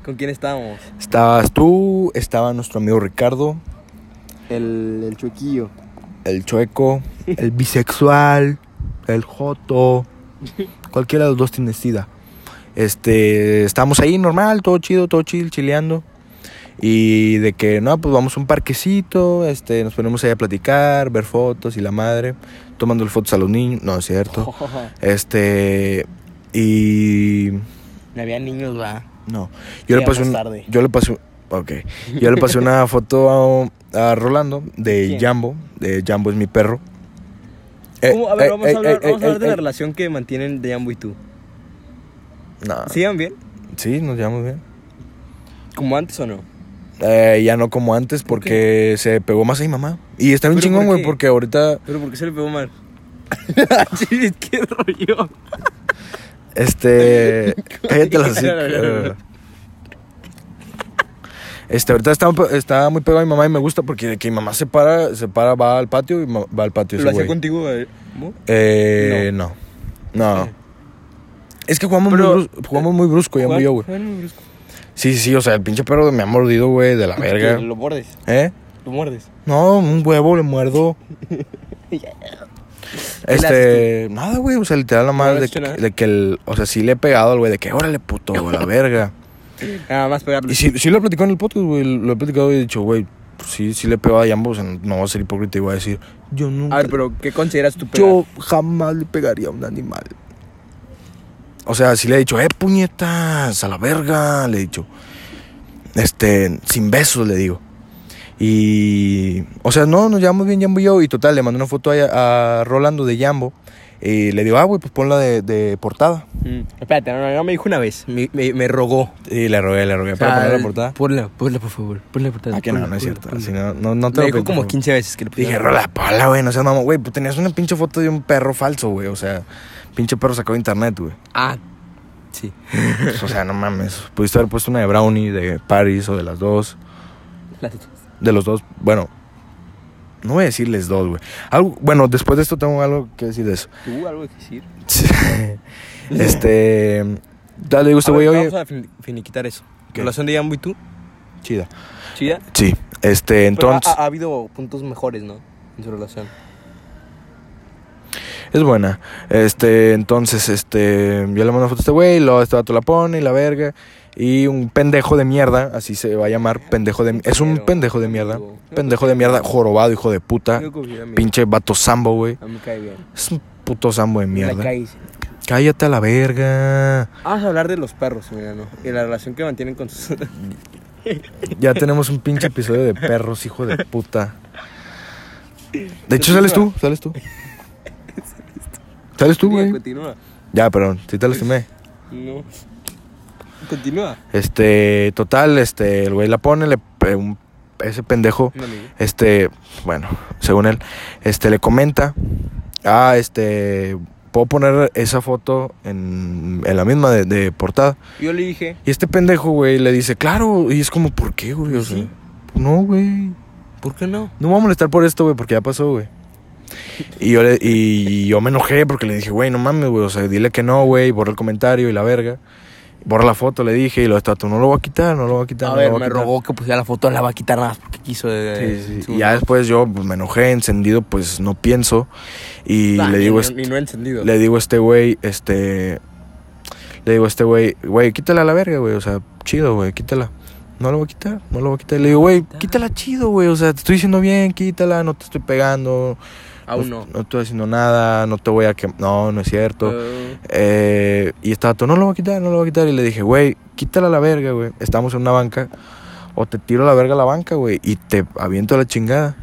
B: ¿Con quién estábamos?
A: estabas tú, estaba nuestro amigo Ricardo,
B: El, el chuequillo.
A: el chueco, el bisexual, el joto, cualquiera de los dos tiene sida. Este, estamos ahí normal, todo chido, todo chill, chileando. Y de que, no, pues vamos a un parquecito, este, nos ponemos ahí a platicar, ver fotos y la madre, tomando fotos a los niños, no es cierto.
B: Oh.
A: Este, y
B: No había niños, va.
A: no, yo le
B: Ya
A: pasé
B: más
A: un-
B: tarde.
A: yo le pasé, un- ok, yo le pasé una foto a, a Rolando de
B: ¿Quién?
A: Jambo, de Jambo es mi perro. Eh,
B: ¿Cómo? A ver,
A: eh,
B: vamos
A: eh,
B: a hablar,
A: eh,
B: vamos a
A: eh,
B: hablar de
A: eh,
B: la relación que mantienen de Jambo y tú.
A: Nah, ¿Sí?
B: ¿Sigan bien?
A: nos llevamos bien.
B: ¿Como antes o no?
A: Eh, ya no como antes porque se pegó más a mi mamá. Y está bien
B: ¿Pero
A: chingón,
B: por
A: güey,
B: qué?
A: porque ahorita
B: Pero ¿por qué se le pegó mal? Chis, qué rollo.
A: Este. cállate la hocico. Eh. Este, ahorita está, está muy pegado a mi mamá y me gusta porque de que mi mamá se para, se para, va al patio y ma- va al patio.
B: ¿Lo
A: ese
B: hacía
A: güey.
B: contigo? eh, Mo?
A: Eh, no. No.
B: Sí.
A: Es que jugamos,
B: Pero-
A: muy brusco, jugamos muy brusco, ya
B: Jugar-
A: murió, güey.
B: jugar muy brusco.
A: Sí, sí, sí, o sea, el pinche perro me ha mordido, güey, de la verga.
B: Que Lo mordes,
A: ¿Eh?
B: lo muerdes.
A: No, un huevo le muerdo. este, nada, güey, o sea, literal, la
B: has
A: madre de,
B: hecho nada?
A: de que el, o sea, sí le he pegado al güey, de que órale, puto, güey, la verga.
B: Nada más pegarle.
A: Y sí, sí lo he platicado en el podcast, güey, lo he platicado y he dicho, güey, pues sí, sí le he pegado a ambos, no voy a ser hipócrita y voy a decir, yo nunca.
B: A ver, pero ¿qué consideras tu pegar?
A: Yo jamás le pegaría a un animal. O sea, si le he dicho, eh, puñetas, a la verga, le he dicho. Este, sin besos, le digo. Y, o sea, no, nos llevamos bien Jambo y yo. Y total, le mandé una foto a, a Rolando de Jambo. Y le digo, ah, güey, pues ponla de, de portada.
B: Mm, Espérate, no, no, no, me dijo una vez, me, me- me rogó.
A: Y le rogué, le rogué para poner la portada.
B: Ponla, ponla, por favor. Ponla por
A: Ah, que no, no es cierto. Así no, no, no te lo
B: me
A: pedí,
B: dijo
A: por
B: como
A: favor.
B: 15 veces que le pusiera.
A: Dije, rola, pola, güey, no seas mamón. Güey, pues tenías una pinche foto de un perro falso, güey. O sea, pinche perro sacó de internet, güey.
B: Ah, sí.
A: Pues, o sea, no mames. Pudiste haber puesto una de Brownie, de Paris o de las dos.
B: La techo.
A: De los dos, bueno. No voy a decirles dos, güey. Algo, bueno, después de esto tengo algo que decir de eso.
B: ¿Tú algo que decir?
A: este. Dale, digo, este
B: A
A: güey,
B: ver,
A: oye.
B: Vamos a fin- finiquitar eso.
A: ¿Qué?
B: Relación de Jambo y tú,
A: Chida.
B: chida.
A: Sí, este,
B: Pero ah,
A: entonces.
B: ha, ha- ha habido puntos mejores, ¿no? En su relación. ah.
A: Es buena. Este, entonces, este. Yo le mando foto a este güey, luego este vato la pone y la verga. Y un pendejo de mierda, así se va a llamar, pendejo de. Es un
B: Pero,
A: pendejo de
B: no
A: mierda.
B: contigo. No
A: Pendejo de mierda, jorobado, hijo de puta.
B: Yo confío en mí.
A: Ah, Pinche vato sambo, güey.
B: A mí me cae bien.
A: Es un puto sambo de
B: La
A: mierda.
B: caíse.
A: Cállate a la verga.
B: Vamos a hablar de los perros, Emiliano. Y la relación que mantienen con sus.
A: Ya tenemos un pinche episodio de perros, hijo de puta. De hecho, sales tú, sales tú. Sales tú, güey.
B: Continúa.
A: Ya, perdón, sí te lastimé.
B: No. Continúa.
A: Este, total, este, el güey la pone, le, pe- un- ese pendejo,
B: Un amigo.
A: este, bueno, según él, este, le comenta, ah, este, puedo poner esa foto en, en la misma de- de portada.
B: Yo le dije.
A: Y este pendejo, güey, le dice, claro. Y es como, ¿por qué, güey? O sea,
B: Sí.
A: no, güey.
B: ¿Por qué no?
A: No me voy a molestar por esto, güey, porque ya pasó, güey. Y yo, le- y yo me enojé porque le dije, güey, no mames, güey. O sea, dile que no, güey. Borra el comentario y la verga. Borra la foto, le dije. Y lo está, tú no lo voy a quitar, no lo voy a quitar.
B: A
A: no
B: ver,
A: lo voy
B: me
A: a quitar".
B: rogó que pusiera la foto, la va a quitar nada más porque quiso. eh,
A: Sí, sí.
B: su-
A: Y ya después yo pues, me enojé, encendido, pues no pienso. Y
B: Ah,
A: le digo,
B: no-
A: este-
B: Y no he encendido.
A: le digo a este güey, este. Le digo a este güey, güey, quítala a la verga, güey. O sea, chido, güey, quítala. No lo voy a quitar, no lo voy a quitar. Le digo, güey, quítala chido, güey. O sea, te estoy diciendo bien, quítala, no te estoy pegando.
B: Aún no.
A: No estoy haciendo nada, no te voy a quemar. No, no es cierto.
B: Eh,
A: Eh, y estaba todo, no lo voy a quitar, no lo voy a quitar. Y le dije, güey, quítala a la verga, güey. Estamos en una banca. O te tiro a la verga a la banca, güey. Y te aviento a la chingada.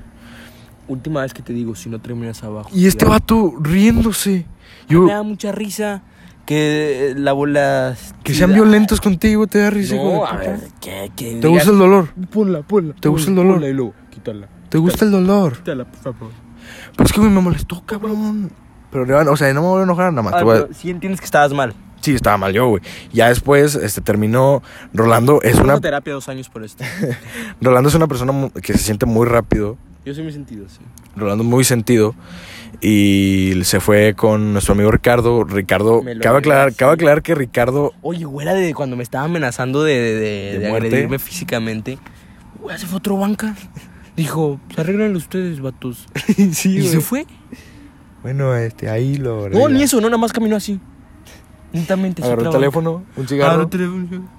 B: última vez que te digo, si no terminas abajo.
A: Y este
B: ya.
A: vato riéndose.
B: Me da
A: Yo,
B: mucha risa que eh, la bola.
A: que sean violentos contigo, te da risa, hijo de
B: No, a
A: puta.
B: ver, que, que
A: ¿Te
B: digas-
A: gusta el dolor?
B: Ponla, ponla.
A: ¿Te gusta el dolor?
B: Ponla y luego, quítala.
A: ¿Te gusta el dolor?
B: Quítala, por favor.
A: Pues que, güey, me molestó, cabrón. Pero, no, o sea, no me voy a enojar nada más.
B: Ah,
A: te voy a-
B: pero sí entiendes que estabas mal.
A: Sí, estaba mal yo, güey. Ya después, este, terminó... Rolando es
B: Fue
A: una...
B: a terapia dos años por esto.
A: Rolando es una persona mu- que se siente muy rápido.
B: Yo soy muy sentido, sí.
A: Rolando muy sentido. Y se fue con nuestro amigo Ricardo. Ricardo...
B: Me lo
A: Cabe aclarar,
B: agregas,
A: cabe
B: sí.
A: aclarar que Ricardo...
B: Oye, güey, era de cuando me estaba amenazando de, de, de-
A: ¿De
B: de
A: muerte?
B: agredirme físicamente. Güey, se fue a otro banca. Dijo, "Pues arréglenlo ustedes, vatos.
A: sí,
B: y se fue.
A: Bueno, este, ahí lo...
B: No, ni eso, no, nada más caminó así. Lentamente. hacia
A: Agarró el
B: otra banca.
A: teléfono, un
B: Agarró
A: cigarro.
B: el teléfono.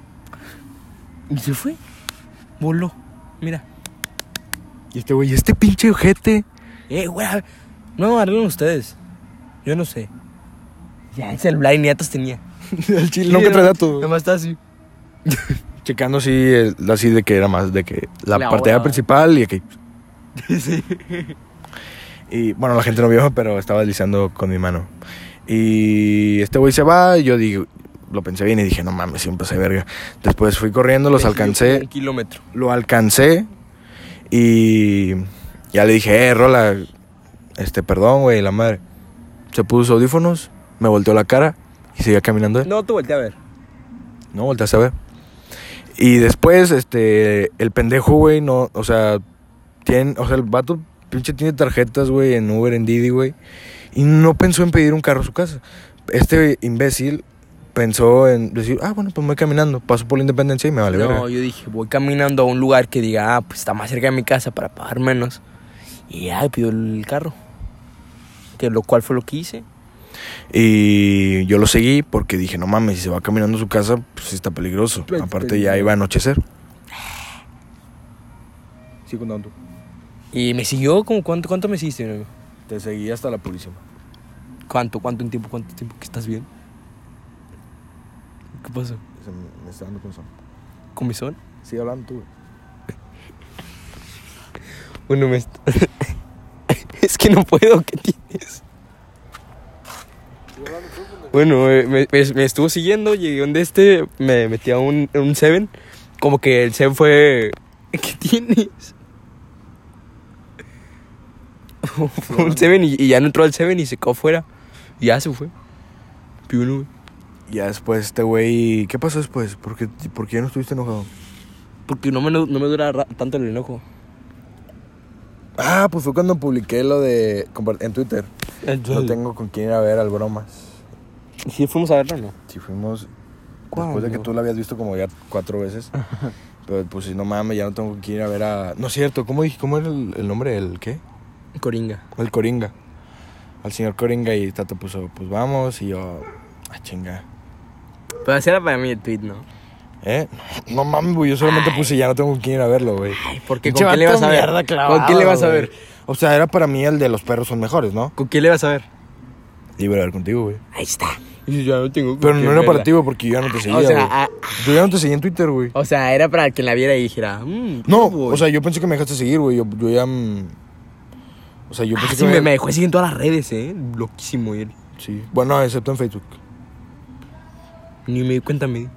B: Y se fue. Voló. Mira.
A: Y este güey, este pinche ojete...
B: Eh, güey, a ver, no, arreglen ustedes. Yo no sé. Ya, el celular y ni datos tenía.
A: El chile nunca trae datos, güey.
B: Nada más está así.
A: Checando así, el- así de que era más, de que la,
B: La
A: partida
B: hora.
A: principal y que... Y bueno, la gente no vio, pero estaba deslizando con mi mano. Y este güey se va, y yo digo, lo pensé bien y dije, no mames, siempre se verga. Después fui corriendo, los
B: Un
A: alcancé,
B: kilómetro.
A: lo alcancé y ya le dije, eh, Rola, este, perdón, güey, la madre. se puso sus audífonos, me volteó la cara y seguía caminando. él.
B: No, tú volteé a ver.
A: No, volteaste a ver. Y después, este, el pendejo, güey, no, o sea, tiene, o sea, el vato pinche tiene tarjetas, güey, en Uber, en Didi, güey. Y no pensó en pedir un carro a su casa. Este imbécil pensó en decir, ah, bueno, pues me voy caminando, paso por la independencia y me vale verga.
B: no, yo dije, voy caminando a un lugar que diga, ah, pues está más cerca de mi casa para pagar menos. Y ya, pidió el carro. Que lo cual fue lo que hice.
A: Y yo lo seguí porque dije, no mames, si se va caminando a su casa, pues sí está peligroso.
B: Pues,
A: Aparte
B: pues,
A: ya
B: sí.
A: iba a anochecer.
C: Sí, contando.
B: Y me siguió, como, ¿cuánto, cuánto me seguiste? mi amigo?
A: Te seguí hasta la policía.
B: ¿Cuánto, cuánto en tiempo, cuánto tiempo que estás bien? ¿Qué pasó?
A: me está dando con sueño.
B: ¿Con mi son?
A: Sigue hablando tú.
B: Bueno, me est- es que no puedo, ¿qué tienes? Bueno, eh, me, me- me estuvo siguiendo, llegué donde este, me metí a un, en un Seven. Como que el Seven fue. ¿Qué tienes? fue un Seven y, y ya no entró al Seven y se quedó fuera. Y ya se fue. Pidió un Uber.
A: Ya después este güey, ¿qué pasó después? ¿Por qué, por qué ya no estuviste enojado?
B: Porque no me, no me dura ra- tanto el enojo.
A: Ah, pues fue cuando publiqué lo de compart- en Twitter. No
B: Entonces,
A: tengo con quién ir a ver al bromas.
B: ¿Sí fuimos a verlo o no?
A: Si fuimos
B: ¿Cuándo?
A: después de que tú lo habías visto como ya cuatro veces. Pero pues no mames, ya no tengo con quién ir a ver a No es cierto, ¿cómo dije? ¿Cómo era el, el nombre? ¿El qué?
B: Coringa.
A: El Coringa. Al señor Coringa y Tato puso, pues vamos y yo, ah chinga.
B: Pero así era para mí el tweet, ¿no?
A: ¿Eh? No mames, güey, yo solamente puse ya no tengo con quién ir a verlo, güey.
B: Porque
A: Pinche
B: ¿con quién le
A: vato
B: vas a ver?
A: mierda clavado,
B: ¿Con quién le vas a
A: güey.
B: ver?
A: O sea, era para mí el de los perros son mejores, ¿no?
B: ¿Con quién le vas a ver?
A: Iba a ver contigo, güey.
B: Ahí está. Y yo ya no tengo. con
A: Pero
B: quién
A: no era para
B: verla.
A: ti, güey, porque yo ya no te seguía,
B: O sea,
A: güey.
B: ah,
A: Yo ya no te seguía en Twitter, güey.
B: o sea, era para quien la viera y dijera, mm,
A: No,
B: voy.
A: o sea, yo pensé que me dejaste seguir, güey. Yo, yo ya... mm, O sea, yo
B: Ah,
A: pensé
B: sí,
A: que...
B: me, me dejó así en todas las redes, ¿eh? Loquísimo él.
A: Sí. Bueno, excepto en Facebook.
B: Ni me di cuenta, me di.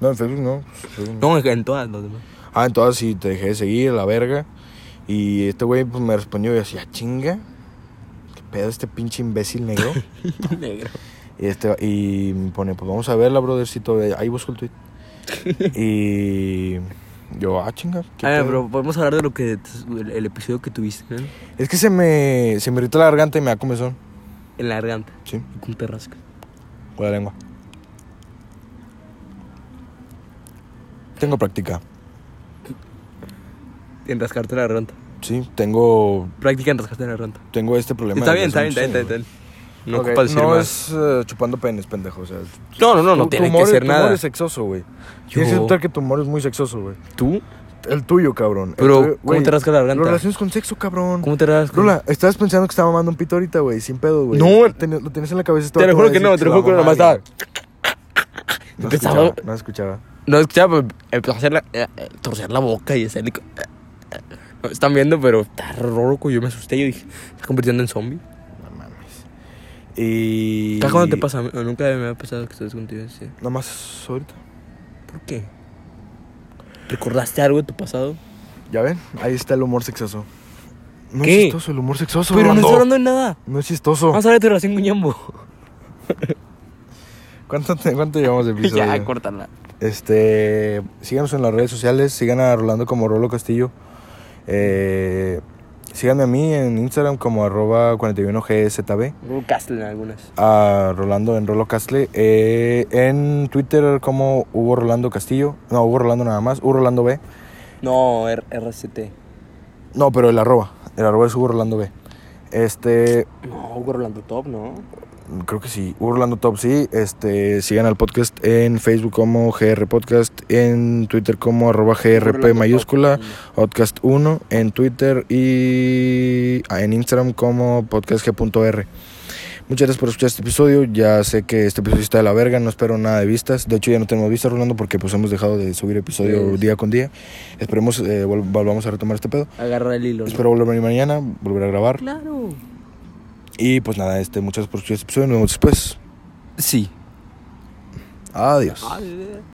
A: No, en Facebook no. Facebook no.
B: No, en- en todas las demás.
A: Ah, entonces sí, te dejé de seguir, la verga. Y este güey pues, me respondió y decía, chinga. ¿Qué pedo este pinche imbécil negro?
B: Negro.
A: Y, este, y me pone, pues vamos a verla, brothercito. Ahí busco el tweet. y yo, ah, chinga. ¿qué
B: A ver,
A: pedo?
B: pero podemos hablar de lo que. El, el episodio que tuviste, ¿eh?
A: Es que se me, se me irrita la garganta y me da comezón.
B: En la garganta.
A: Sí,
B: Y con te rascas.
A: con la lengua. Tengo práctica.
B: En rascarte la garganta.
A: Sí, tengo,
B: Práctica en rascarte la garganta.
A: tengo este problema.
B: Está bien,
A: desde
B: está
A: hace
B: bien, está
A: muchos años,
B: bien, está bien.
A: güey.
B: No
A: Ok,
B: ocupas decir
A: no
B: más.
A: es eh, chupando penes, pendejo. O sea,
B: No, no, no, no
A: tu-
B: tiene
A: tu
B: que
A: humor-
B: ser
A: tu humor
B: nada.
A: es sexoso, güey. Tienes que
B: Yo-
A: aceptar que tu humor es muy sexoso, güey.
B: ¿Tú?
A: El tuyo, cabrón. El
B: Pero,
A: tuyo-
B: ¿cómo
A: güey,
B: te rascas la garganta?
A: Lo relacionas con sexo, cabrón.
B: ¿Cómo te rascas?
A: Lola, estabas pensando que estaba mamando un pito ahorita, güey, sin pedo, güey.
B: No.
A: Lo tenías- lo tenías en la cabeza.
B: Te lo juro que no, te lo juro que no, nomás estaba.
A: No
B: Pensaba-
A: escuchaba, no escuchaba.
B: No escuchaba, pero pues, empezó a hacer la, eh, eh, torcer la boca y hacer. No están viendo, pero está roco. Yo me asusté. Yo dije, ¿estás convirtiendo en zombie?
A: No mames. Y...
B: ¿Sabes cuándo te pasa? A mí- Nunca me ha pasado que estés contigo así.
A: Nada más ahorita.
B: ¿Por qué? ¿Recordaste algo de tu pasado?
A: Ya ven, ahí está el humor sexoso. No
B: ¿Qué?
A: es chistoso el humor sexoso,
B: pero no
A: Rolando.
B: estoy hablando Ah, de nada.
A: No es chistoso.
B: Vamos a hablar de tu relación con Yambo.
A: ¿Cuánto, te- cuánto llevamos de episodio?
B: ya, córtala.
A: Este, síganos en las redes sociales, sigan a Rolando como Rolo Castillo. Eh, síganme a mí en Instagram como arroba 41GSTB,
B: Luego Castle en algunas.
A: a Rolando en Rolo Castle, eh, en Twitter como Hugo Rolando Castillo, no, Hugo Rolando nada más, Hugo Rolando B,
B: No, R- RCT.
A: no, pero el arroba, el arroba es Hugo Rolando B. Este,
B: No, Hugo Rolando Top, ¿no?
A: creo que sí, Hugo Rolando Top, sí, este, sigan al podcast en Facebook como GR Podcast, en Twitter como arroba
B: Rolando
A: GRP
B: Top.
A: mayúscula.
B: Mm.
A: Podcast 1 en Twitter y ah, en Instagram como podcastg.r. Muchas gracias por escuchar este episodio. Ya sé que este episodio está de la verga, no espero nada de vistas. De hecho, ya no tenemos vistas, Rolando, porque pues hemos dejado de subir episodio
B: Sí.
A: día con día. Esperemos eh, vol- volvamos a retomar este pedo.
B: Agarra el hilo. ¿no?
A: Espero volver mañana, volver a grabar.
B: Claro.
A: Y pues nada, este, muchas gracias por escuchar este episodio. Nos vemos después.
B: Sí.
A: Adiós.